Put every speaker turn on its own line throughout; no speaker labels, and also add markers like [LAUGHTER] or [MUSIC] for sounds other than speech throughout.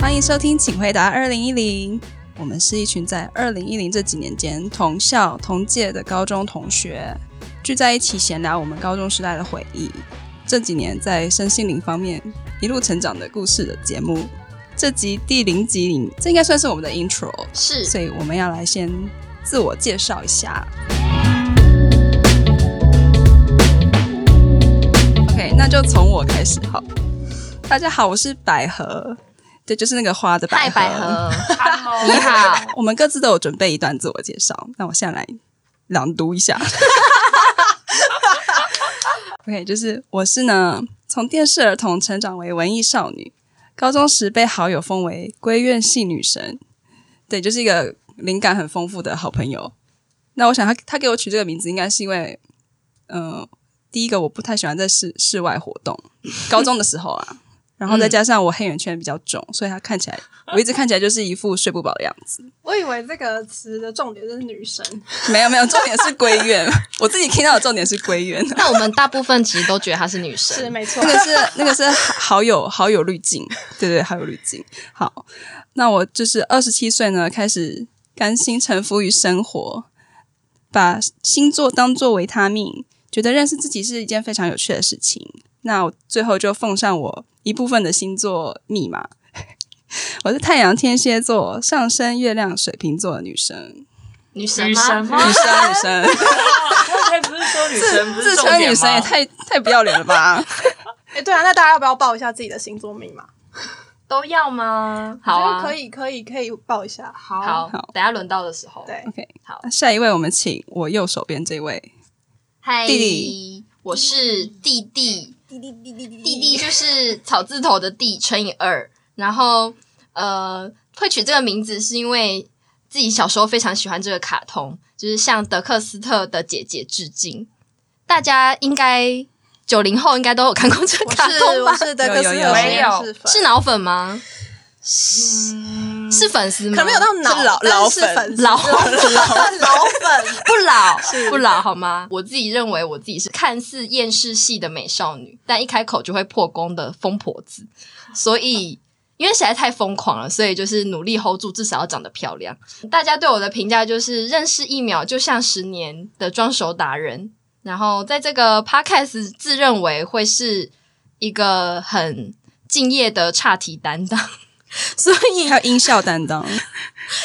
欢迎收听《请回答二零一零》。我们是一群在二零一零这几年间同校同届的高中同学，聚在一起闲聊我们高中时代的回忆，这几年在身心灵方面一路成长的故事的节目。这集第零集里，这应该算是我们的 intro，
是
所以我们要来先自我介绍一下。OK，那就从我开始好了。大家好，我是百合，对，就是那个花的
太
百
百合，
Hello，
你好，
[LAUGHS] 我们各自都有准备一段自我介绍，那我现在来朗读一下。OK，就是我是呢，从电视儿童成长为文艺少女，高中时被好友封为闺院系女神，对，就是一个灵感很丰富的好朋友。那我想他他给我取这个名字，应该是因为，嗯、第一个我不太喜欢在室室外活动，高中的时候啊，然后再加上我黑眼圈比较重，所以他看起来我一直看起来就是一副睡不饱的样子。
我以为这个词的重点就是女神，
[LAUGHS] 没有没有，重点是归院。我自己听到的重点是归院，
那我们大部分其实都觉得她是女
是
神，
没错
那。个是那个是好友好友滤镜，对对，好友滤镜。好，那我就是二十七岁呢，开始甘心臣服于生活，把星座当做维他命，觉得认识自己是一件非常有趣的事情。那我最后就奉上我一部分的星座密码。 [LAUGHS] 我是太阳天蝎座上升月亮水瓶座的女生，
女神
女神
吗？
吗？
女生女生。
刚哦才不是说女神不
自
是重
称
点
女神也
吗？
太太不要脸了吧？ [LAUGHS]
哎、对啊，那大家要不要报一下自己的星座密码？
都要吗？
[LAUGHS] 好
我
啊，
觉得可以，可以，可以报一下。
好
好
好，
等下轮到的时候，
对，
OK，
好，
下一位我们请我右手边这位，
嗨，
弟弟
我是弟弟，
滴滴滴滴滴
弟弟就是草字头的弟乘以二，然后呃，会取这个名字是因为自己小时候非常喜欢这个卡通，就是向德克斯特的姐姐致敬。大家应该九零后应该都有看过这个
我
卡
是
通
我
吧？
是德克斯
有
特
有有
实验
我也
室
有
粉，
是脑粉吗？
嗯，
是粉丝吗？
可能没有到脑
是老
但是
老粉
粉丝啊
老
[LAUGHS] 老粉，
[LAUGHS] 不老，不老好吗？我自己认为我自己是看似厌世系的美少女，但一开口就会破功的疯婆子，所以。因为实在太疯狂了，所以就是努力 hold 住，至少要长得漂亮。大家对我的评价就是认识一秒就像十年的装熟达人。然后在这个 podcast 自认为会是一个很敬业的岔题担当，所以
还有音效担当，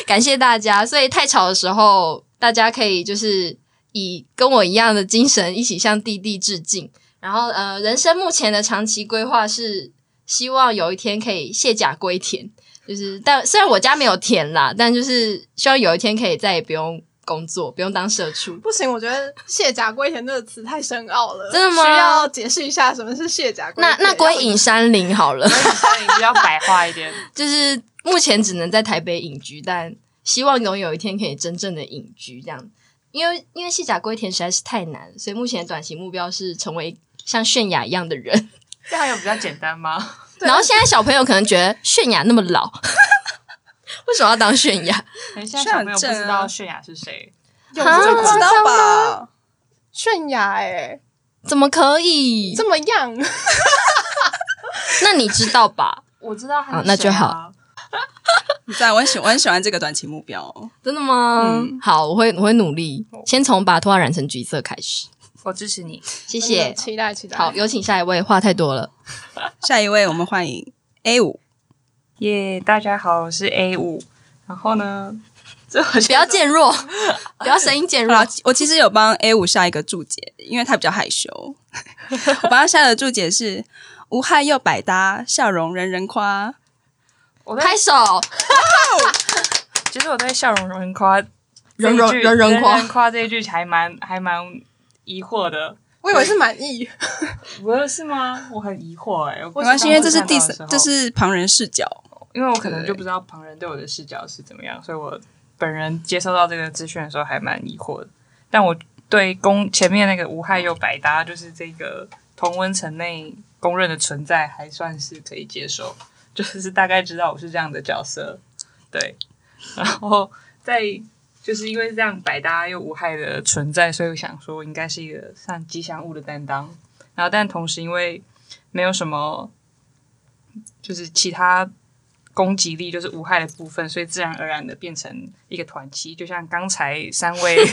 感谢大家。所以太吵的时候，大家可以就是以跟我一样的精神，一起向弟弟致敬。然后呃，人生目前的长期规划是希望有一天可以卸甲归田，就是但虽然我家没有田啦，但就是希望有一天可以再也不用工作，不用当社畜。
不行，我觉得“卸甲归田”这个词太深奥了，
真的吗
需要解释一下什么是卸甲归
那
田。
那啊归隐山林好了，
所以比较白话一点。
就是目前只能在台北隐居，但希望总有一天可以真正的隐居这样。因为因为卸甲归田实在是太难，所以目前的短期目标是成为像泫雅一样的 [LAUGHS] 人。
这还有比较简单
[LAUGHS]
吗？
然后现在小朋友可能觉得泫雅那么老， [LAUGHS] 为什么要当泫雅？
等一下，小朋友不
啊
知道泫雅是谁，
有
啊
这
这
么
不
夸
知
张
道
吗？
吧？
泫雅哎，
怎么可以？
这么样，
那你知道吧？
我知道她
好
是谁啊。
那就好
你知道我很喜我很喜欢这个短期目标，
[LAUGHS] 真的吗？
嗯
好，我会我会努力，先从把头发染成橘色开始。
我支持你。
谢谢。
[LAUGHS] 期待期待。
好，有请下一位，话太多了。
下一位我们欢迎 A 五，
耶，大家好，我是 A 五。然后呢，这我
不
不
要减弱， [LAUGHS] 不要声音减弱
好。啦，我其实有帮 A 五下一个注解，因为他比较害羞， [LAUGHS] 我帮他下的注解是无害又百搭，笑容人人夸。
我对
拍，手，
其实我对笑容人夸，
人人
这一句
人人夸
[LAUGHS] 人夸这一句还蛮还蛮疑惑的。
我以为是满意，
不是吗？我很疑惑哎、我
没关系，因为这是第
看到的时候
这是旁人视角，
因为我可能就不知道旁人对我的视角是怎么样，所以我本人接收到这个资讯的时候还蛮疑惑的。但我对公前面那个无害又百搭，就是这个同温层内公认的存在，还算是可以接受，就是大概知道我是这样的角色，对。然后在就是因为这样百搭又无害的存在，所以我想说应该是一个像吉祥物的担当。然后但同时因为没有什么就是其他攻击力就是无害的部分，所以自然而然的变成一个团体。就像刚才三
[LAUGHS]
位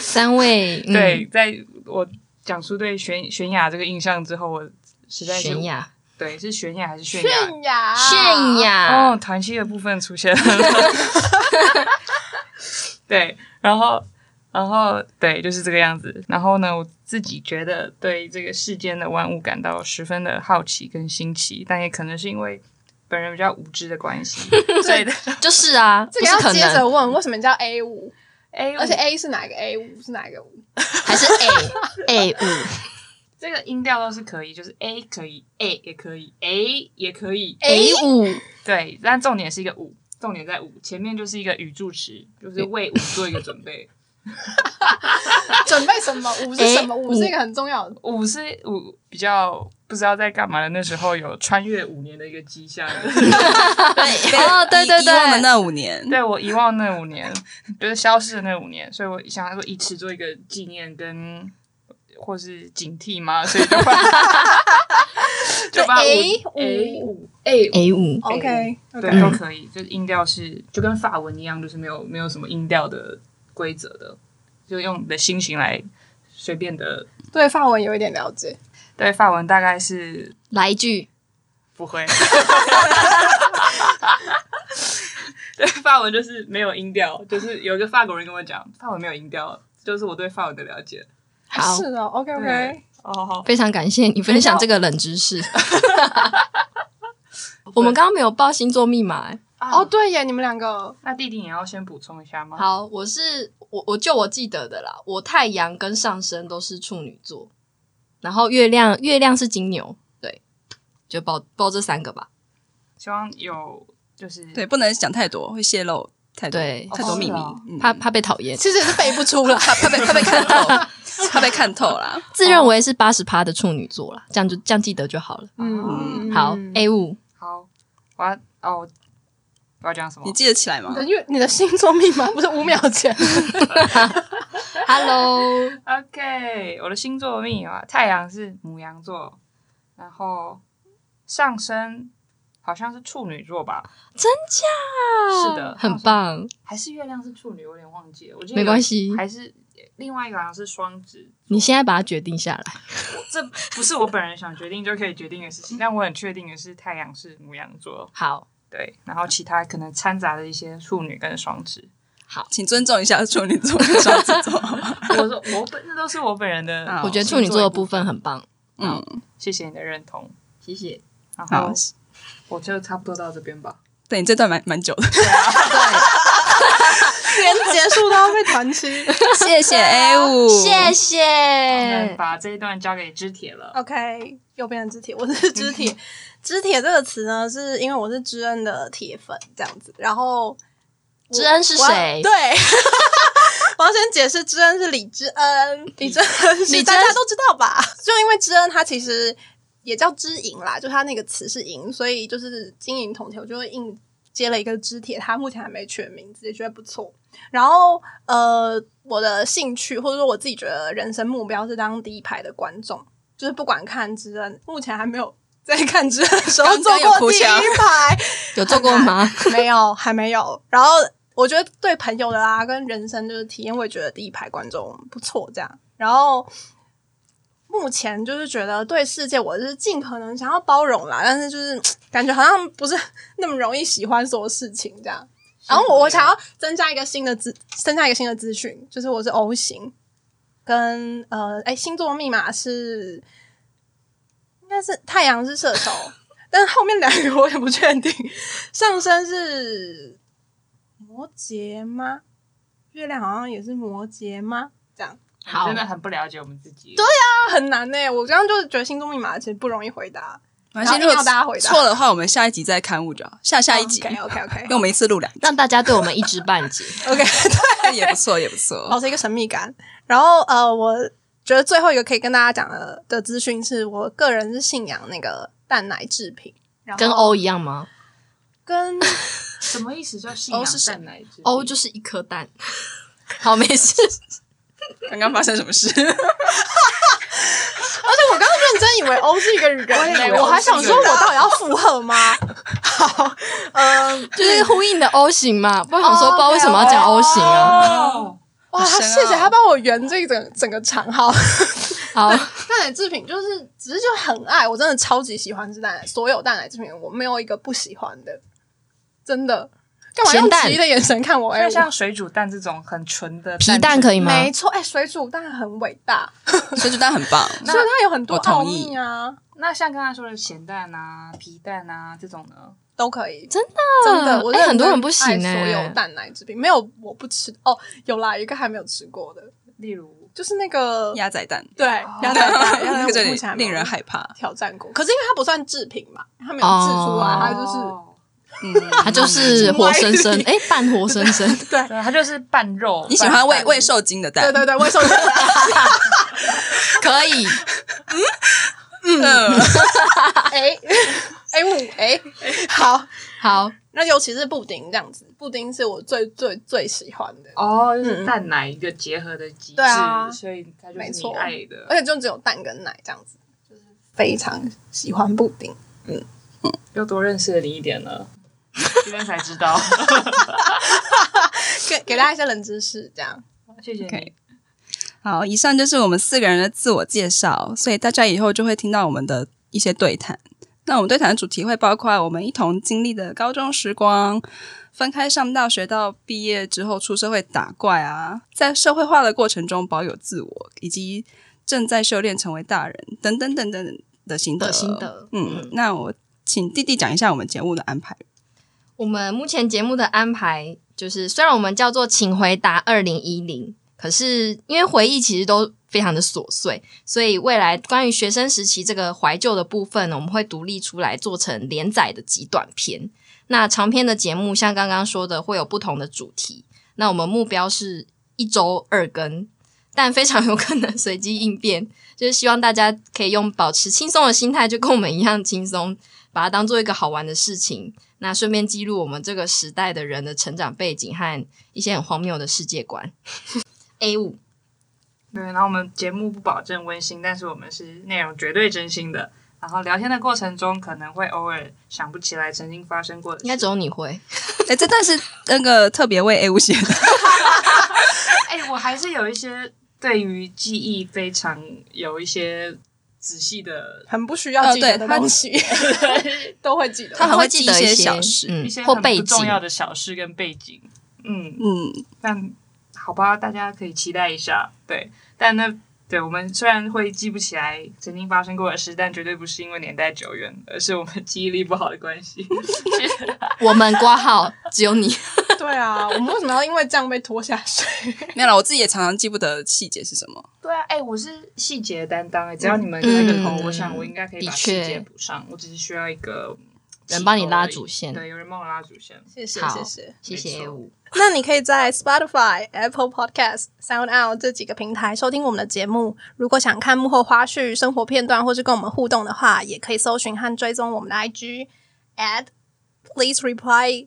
三位、嗯、
对，在我讲出对悬悬崖这个印象之后，我实在是
悬崖
对是悬崖还是泫雅？
泫雅，
泫雅，
哦，团期的部分出现了。 [LAUGHS] 对，然后，然后，对，就是这个样子。然后呢，我自己觉得对这个世间的万物感到十分的好奇跟新奇，但也可能是因为本人比较无知的关
[LAUGHS]
系，所以
就是啊，
这
不
个
是
要
可
接
能
着问，为什么你叫 A 五？
哎，
而且 A 是哪个 A 五是哪个五？
[LAUGHS] 还是哎 A A 五
这个音调倒是可以，就是 A 可以，A 也可以，A 也可以，
A 五
对，但重点是一个五，重点在五前面就是一个语助词，就是为五做一个准备。 [LAUGHS]
准备什么？五是什么？
A 五
五是一个很重要的。
五是五比较不知道在干嘛的那时候，有穿越五年的一个迹象。 [LAUGHS]
对哦，对对
遗遗忘的
对，
那五年，
对我遗忘那五年，就是消失的那五年，所以我想说以此做一个纪念跟或是警惕嘛，所以就把 [LAUGHS] 就把五 A 五 A 五
A 哎五
OK，
对都可以，就是音调是就跟法文一样，就是没有没有什么音调的规则的，就用你的心情来随便的。
对法文有一点了解。
对法文大概是
来一句，
不会。 [LAUGHS] 对，法文就是没有音调，就是有一个法国人跟我讲，法文没有音调，就是我对法文的了解。
好，
是哦，OK OK，
对哦，好好，
非常感谢你分享这个冷知识。我们刚刚没有报星座密码、欸。
哦，对耶，你们两个
啊那弟弟也要先补充一下吗？，
好，我是我，我就我记得的啦，我太阳跟上升都是处女座，然后月亮月亮是金牛，对，就报报这三个吧。
希望有就是
对，不能讲太多，会泄露太多
对
太多秘密
哦是哦，
嗯
怕怕被讨厌，
其实也是背不出来。
怕怕被怕被看透，怕被看透啦。
自认为是八十趴的处女座啦，这样就这样记得就好了。
嗯
好，A 五
好，我要哦，我要讲什么
你？记得起来吗
你？的月，你的星座密码 [LAUGHS] 不是五秒前？ [LAUGHS]
，Hello，
OK，我的星座密码，太阳是母羊座，然后上升好像是处女座吧？
真假？
是的，
很
上升
棒，
还是月亮是处女，我有点忘记了。我记得
没关系
有还是另外一个好像是双子。
你现在把它决定下来。
这不是我本人想决定就可以决定的
[LAUGHS]
事情，但我很确定的是太阳是母羊座，
好，
对，然后其他可能掺杂着一些处女跟双子。
[LAUGHS]
请尊重一下处女座跟双子座。
我说我本那都是我本人的星座一部分，
好
我觉得处女座的部分很棒，
嗯，
谢谢你的认同，
谢谢。
然后
好，
我就差不多到这边吧。
对你这段蛮蛮久的，
啊 [LAUGHS]
连结束都要被团欺。
谢 [LAUGHS] 谢 A 五，
谢谢。哎
那把这一段交给知铁了。
[LAUGHS] OK，右边的肢体，我是肢体。肢体这个词呢，是因为我是知恩的铁粉这样子。然后我
知恩是
我要
谁
对， [LAUGHS] 我要先解释，知恩是李知恩，李知恩是
李知
大
恩
家都知道吧？就因为知恩他其实也叫知营啦，就他那个词是营，所以就是经营铜铁，我就硬接了一个知铁，他目前还没取的名字，也觉得不错。然后呃，我的兴趣或者说我自己觉得人生目标是当第一排的观众，就是不管看知恩，目前还没有在看知恩的时候
刚
坐
刚有
过
哭
第一
腔
排，
有做过吗？
没有，还没有。然后我觉得对朋友的啊，跟人生就是体验，我也觉得第一排观众不错，这样。然后目前就是觉得对世界，我是尽可能想要包容啦，但是就是感觉好像不是那么容易喜欢所有事情这样。然后我我想要增加一个新的资，增加一个新的资讯，就是我是 O 型，跟呃，哎，星座密码是应该是太阳是射手，但是后面两个我也不确定。上升是摩羯吗？月亮好像也是摩羯吗？这样
好
真的很不了解我们自己。
啊，很难呢、我刚刚就是觉得星座密码其实不容易回答。
没关系
然
如
后
果
硬要大家回答
错的话，我们下一集再刊物就好，下下一集，因
OK OK
为
OK
我们一次录两集，
[LAUGHS]
[LAUGHS]
让大家对我们一知半
[LAUGHS]
解。
OK，
也不错，也不
保
错。
持一个神秘感。然后呃，我觉得最后一个可以跟大家讲的的资讯是我个人是信仰那个蛋奶制品，然后
跟 O 一样吗
跟
什么意思？叫信仰
哦是谁
蛋奶之
[LAUGHS] ？O 就是一颗蛋。好，没事。
刚刚发生什么事？
而且我刚刚认真以为欧是一个人
[LAUGHS] 也以
欸，
为
我还
欧是一
想
个
说，我
人啊
到底要附和
[LAUGHS]
吗？好，嗯，
就是呼应你的 O 型嘛。不然想说，
哦
不知道为什么要讲
OK，
O 型啊。
哦，
哇，
好
他
深
谢谢
奥
他帮我圆这整整个场
[LAUGHS]
号。
好，
[LAUGHS] 蛋奶制品就是，只是就很爱，我真的超级喜欢吃蛋奶，所有蛋奶制品我没有一个不喜欢的，真的。干嘛
咸
用
蛋
奇异的眼神看我？哎、
那
我
像水煮蛋这种很纯的
皮蛋可以吗？
没错，哎、水煮蛋很伟大，
水煮蛋很棒，
[LAUGHS] 所以它有很多
我同
奥
意
秘啊，
那像刚才说的咸蛋啊、皮蛋啊这种呢？
都可以。
真的
真的，我
哎很多人不
爱
行
所
哎
有蛋奶制品没有我不吃的哦，有啦，有一个还没有吃过的，
例如，
就是那个
鸭仔蛋，
对鸭
[LAUGHS]
蛋奶，鸭
那
蛋
个
奶
真
我目前
的
还没有
令人害怕。
挑战过，可是因为它不算制品嘛，它没有制出来，它就是
哦
嗯，
它
[LAUGHS]
就是活生生，哎，半活生生。
对，它就是半肉。
你喜欢喂喂受精的
对
蛋？
对对，为什么？
可以，
嗯，
哎哎五哎，好，
好，
那尤其是布丁这样子，布丁是我最最最喜欢的，
哦，就是蛋奶一个结合的极致
对啊，
所以它就
没
是你
错哎
爱的。
而且就只有蛋跟奶这样子，就是非常喜欢布丁。
又多认识了你一点了，今天才知道，
给给大家一些冷知识，这样
谢谢你
OK。好，以上就是我们四个人的自我介绍，所以大家以后就会听到我们的一些对谈。那我们对谈的主题会包括我们一同经历的高中时光，分开上大学到毕业之后出社会打怪啊，在社会化的过程中保有自我，以及正在修炼成为大人等等等等等的心得。
的心得
嗯
嗯，
那我请弟弟讲一下我们节目的安排。
我们目前节目的安排就是，虽然我们叫做“请回答二零一零”，可是因为回忆其实都非常的琐碎，所以未来关于学生时期这个怀旧的部分呢，我们会独立出来做成连载的极短篇。那长篇的节目，像刚刚说的，会有不同的主题。那我们目标是一周二更，但非常有可能随机应变，就是希望大家可以用保持轻松的心态，就跟我们一样轻松，把它当做一个好玩的事情，那顺便记录我们这个时代的人的成长背景和一些很荒谬的世界观。A 五，
对，然后我们节目不保证温馨，但是我们是内容绝对真心的。然后聊天的过程中，可能会偶尔想不起来曾经发生过的
[LAUGHS]
事。
应该只有你会，
哎，这段是那个特别为 A 五写的，
哎、我还是有一些对于记忆非常有一些仔细的，
很不需呃要记得
哦对
的
他
东西、 [LAUGHS] 都会记得。
他很会
记
记
得
一些
小
小
事
事，
一
嗯
些，
或
很
背
不
景
重。要的小事跟背景。嗯，
嗯，
但好吧，大家可以期待一下。对，但那对我们虽然会记不起来曾经发生过的事，但绝对不是因为年代久远，而是我们记忆力不好的关系。
我们挂号只有你，
对啊，我们为什么要因为这样被拖下水？
没有啦，我自己也常常记不得细节是什么。
对啊，哎、我是细节担当、哎，只要你们开个头，
嗯
我想我应该可以把
的确
细节补上。我只是需要一个
人帮你拉
起头而
主
已
线
对，有人帮我拉主线。
谢谢
好
谢谢。
谢谢
没
A
错
五。
那你可以在 Spotify、Apple Podcast、Sound Out 这几个平台收听我们的节目。如果想看幕后花絮、生活片段，或是跟我们互动的话，也可以搜寻和追踪我们的 IG at Please Reply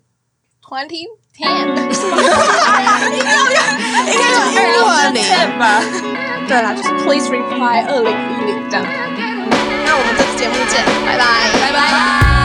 Twenty Ten。应该用应该用二零零吧？对啦，就是 Please Reply 二零一零这样。那我们这次节目见，拜拜，拜拜。